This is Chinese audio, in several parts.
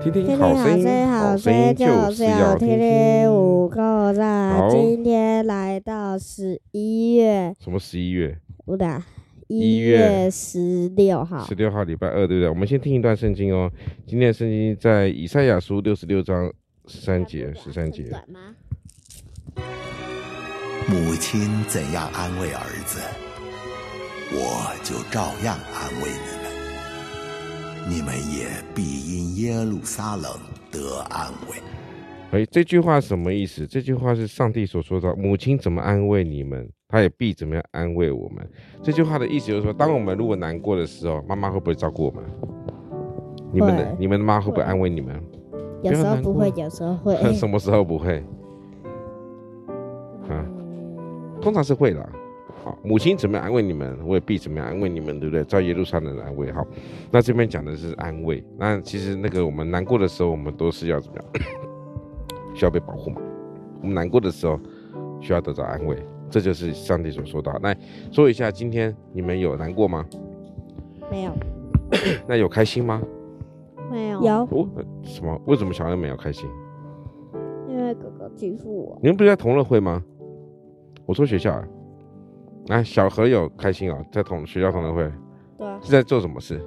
听听天好天声好音，声好好声音声就就是是要要听天天听。五够好赞。今天来到十一月，什么十一月不对啊，一一月月十六号十。六号礼拜二，对不对？我们先听一段圣经哦。今天的圣经在以赛亚书六十六章十三节，十三节。短吗？母亲怎样安慰儿子，我就照样安慰你们。你们也必因耶路撒冷得安慰。哎，这句话什么意思？这句话是上帝所说的，母亲怎么安慰你们，她也必怎么样安慰我们。这句话的意思就是说，当我们如果难过的时候，妈妈会不会照顾我们？你们的会你们的妈会不会会安慰你们？有时候不会不要难，过有时候会。 什么时候不会？啊，通常是会啦。好，母亲怎么样安慰你们，我也必怎么样安慰你们，对不对？照耶路撒冷的安慰。好，那这边讲的是安慰。那其实那个我们难过的时候，我们都是要怎么样？ 需要被保护嘛。我们难过的时候，需要得到安慰，这就是上帝所说到。来说一下，今天你们有难过吗？没有，那有开心吗？没有，有哦，呃什么？为什么小恩没有开心？因为哥哥欺负我，你们不是在同乐会吗？我说学校啊，啊，小何有开心哦，在同学校同乐会对啊，是在做什么事？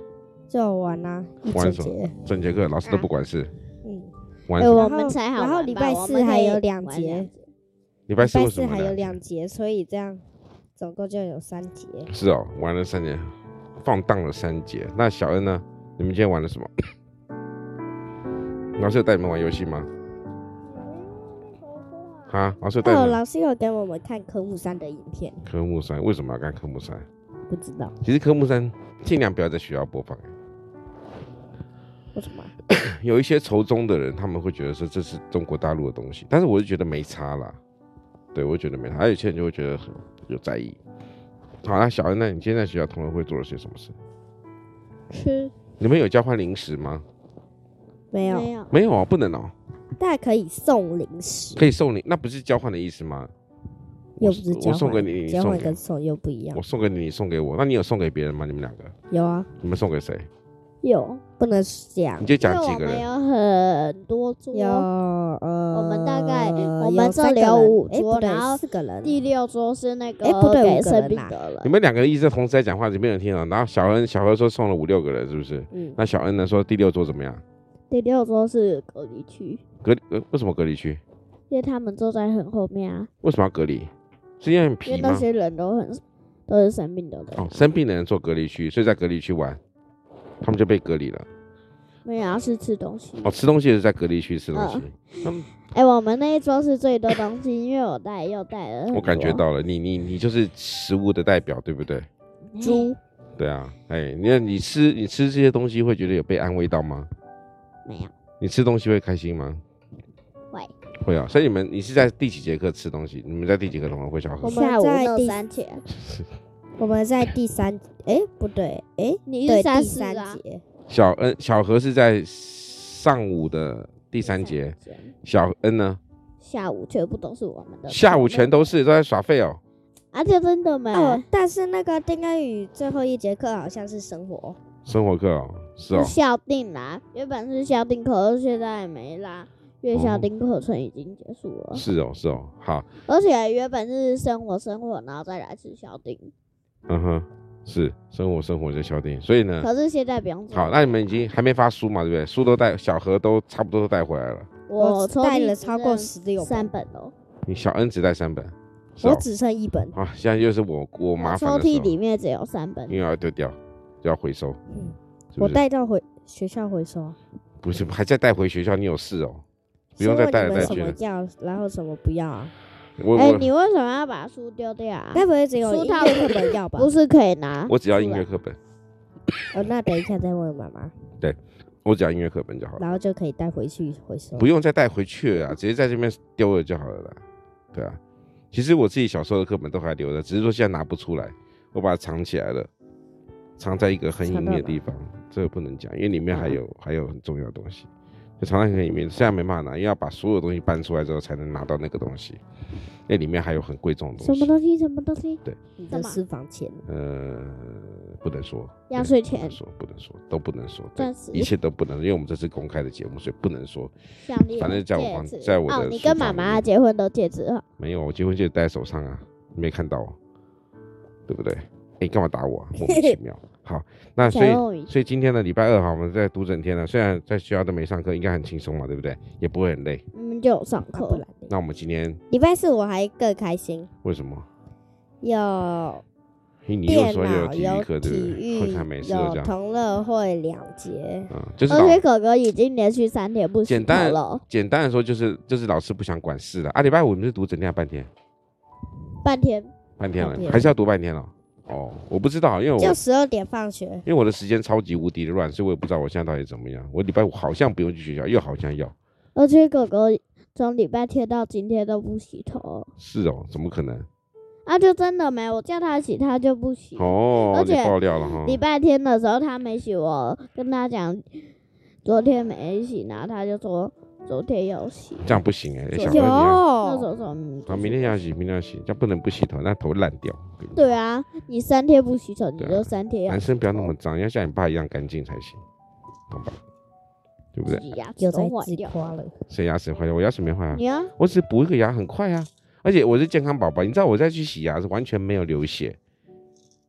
就玩啊，一玩整什么节。整节课老师都不管事，嗯，玩哎什么？我们才好然后玩礼吧拜我四们还可以有两玩节两，礼礼拜四为什四么还有两两节，所以这样总共就有三节。节？是哦，玩了三节，放荡了三节。那小恩呢？你们今天玩了什么？ 老师有带你们玩游戏吗？嗯啊，老师有带哦，你们老师有给我们看科目三的影片，科目三，为什么要看科目三？不知道其实科目三尽量不要在学校播放。为什么啊。有一些仇中的人，他们会觉得说这是中国大陆的东西，但是我就觉得没差啦。对，我就觉得没差。还有一些人就会觉得很有在意。好，那小恩，那你今天在学校同学会做了些什么事？吃你们有交换零食吗？没有，有，没有啊，不能哦，但可以送零食，可以送你，那不是交换的意思吗？又我不是我交送给换，你，你交送换给跟送又不一样我。送给你，你送给我，那你有送给别人吗？你们两个，有啊，你们送给谁？有，不能讲你。就因讲为几我个们人，有很多桌，有呃，我们大概我有们这三个里有人五诶不桌对然后四个人，第六桌是那个哎不对给五个生人病啦的你人，们两个一直在同时在讲话，你没有人听啊。然后小恩，小何说送了五六个人，是不是？嗯，那小恩呢说第六桌怎么样？第六桌是隔离区，隔离呃为什么隔离区？因为他们坐在很后面啊，为什么要隔离？是因为很因为皮那吗？些人都很都是生病的人，哦，生病的人做隔离区，所以在隔离区玩，他们就被隔离了。没有要是吃东西哦，。吃东西也是在隔离区吃东西。嗯，哎，我们那一桌是最多东西，因为我带又带了很多，我感觉到了，你你你就是食物的代表，对不对？猪对啊，哎，你看你吃你吃这些东西会觉得有被安慰到吗？没有，你吃东西会开心吗？会，会啊，所以你们你是在第几节课吃东西？你们在第几课同学会小我喝？们在们在第三天，我们在第三，哎，不对，哎，你对，第是三四啊三，节，小恩小何是在上午的第三节，小恩呢下午全部都是我们的，下午全都是都在耍废哦。而且真的没，哦，但是那个定根语最后一节课好像是生活，生活课哦，是是哦，校定啦，原本是校定课，现在也没啦，因为校定课程已经结束了，是哦，是哦，好，而且原本是生活生活，然后再来吃校定，嗯哼，是生活生活在校定，所以呢，可是现在不用嗯做好，那你们已经还没发书嘛，对不对？书都带，小何都差不多都带回来了，我抽屉带只了剩超过十六三本哦，你小恩只带三本，是我哦，只剩一本，啊，现在又是我我麻我抽烦的时屉候，里面只有三本因，为要丢掉，就要回收，嗯是不我是带到回学校回收啊，不是还再带回学校，你有事哦，不用再带来带所以去问你了们，什么要，然后什么不要啊？我哎，我你为什么要把书丢掉啊？该不会只有书音套乐课本要吧？不是可以拿，我只要音乐课本，哦，那等一下再问妈妈，我只要音乐课本就好了，然后就可以带回去回收。不用再带回去了啊，直接在这边丢了就好了啦，对啊，其实我自己小时候的课本都还留着，只是说现在拿不出来，我把它藏起来了，藏在一个很隐秘的地方，这个不能讲，因为里面嗯还有还有很重要的东西，就藏在很里面，现在没办法拿，因为要把所有东西搬出来之后才能拿到那个东西，那里面还有很贵重的什东么西，东西，什么东西，你的私房钱，呃，不能说压对岁不能钱说不能说都不能说，对钻石一切都不能，因为我们这是公开的节目，所以不能说。项链、反正在我戒房指在我哦的，你书跟房妈里妈面结婚都戒指哦，没有，我结婚戒指戴在手上啊，你没看到啊，对不对？哎，干嘛打 我啊？莫名其妙。好，那啊所以小肉鱼所以今天呢，礼拜二哈，我们在读整天呢，啊虽然在学校都没上课，应该很轻松嘛，对不对？也不会很累。你们就有上啊课不了然。那我们今天礼拜四我还更开心，为什么？有嘿你又电说有脑、体育有课，体对不对？育我看每、次都这有样。同乐会两节，嗯，就是而老且狗狗已经连续三天不洗简单头了，简单的说，就是就是老师不想管事了啊。礼拜五你们是读整天还半天？半天半天了半，天还是要读半天了？哦，我不知道，因为我就十二点放学。因为我的时间超级无敌的乱，所以我也不知道我现在到底怎么样。我礼拜五好像不用去学校，又好像要。而且狗狗从礼拜天到今天都不洗头，是哦，怎么可能？啊，就真的没，我叫它洗它就不洗。哦，而你且爆料了哈。礼拜天的时候它没洗，我跟它讲昨天没洗，然后它就说昨天有洗。这样不行哎、欸，小有哥你要那时候说嗯啊，明天要洗，明天要洗，这样不能不洗头，那头烂掉。对啊，你三天不洗头，你对啊就三天要男生不要那么脏，要像你爸一样干净才行，懂吧？对不自对？己牙齿又在都坏自掉。夸了，谁牙齿坏掉？我牙齿没坏啊，你啊，我只补一个牙，很快啊。而且我是健康宝宝，你知道我再去洗牙是完全没有流血，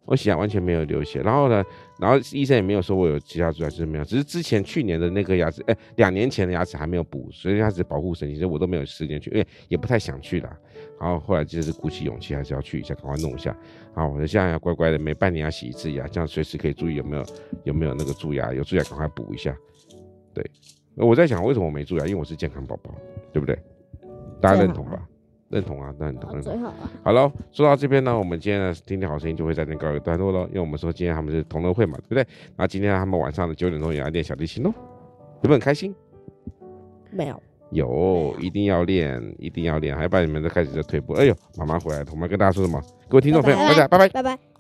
我洗牙完全没有流血。然后呢，然后医生也没有说我有其他蛀牙，就是没有，只是之前去年的那颗牙齿，哎，两年前的牙齿还没有补，所以它只是保护神经，所以我都没有时间去，因为也不太想去啦。然后后来就是鼓起勇气，还是要去一下，赶快弄一下。好，我就现在要乖乖的，每半年要洗一次牙，这样随时可以注意有没有有没有那个蛀牙，有蛀牙赶快补一下。对，我在想为什么我没蛀牙，因为我是健康宝宝，对不对？大家认同吧？认同啊，认同，啊认同最。好啊，好喽，说到这边呢，我们今天的听听好声音就会在这边告一段落喽，因为我们说今天他们是同乐会嘛，对不对？那今天他们晚上的九点钟也要练小提琴喽，有没有很开心？没有，有，一定要练，一定要练，还把你们都开始在退步。哎呦，妈妈回来了，我们要跟大家说什么？各位听众朋友，大拜拜家拜拜。拜拜。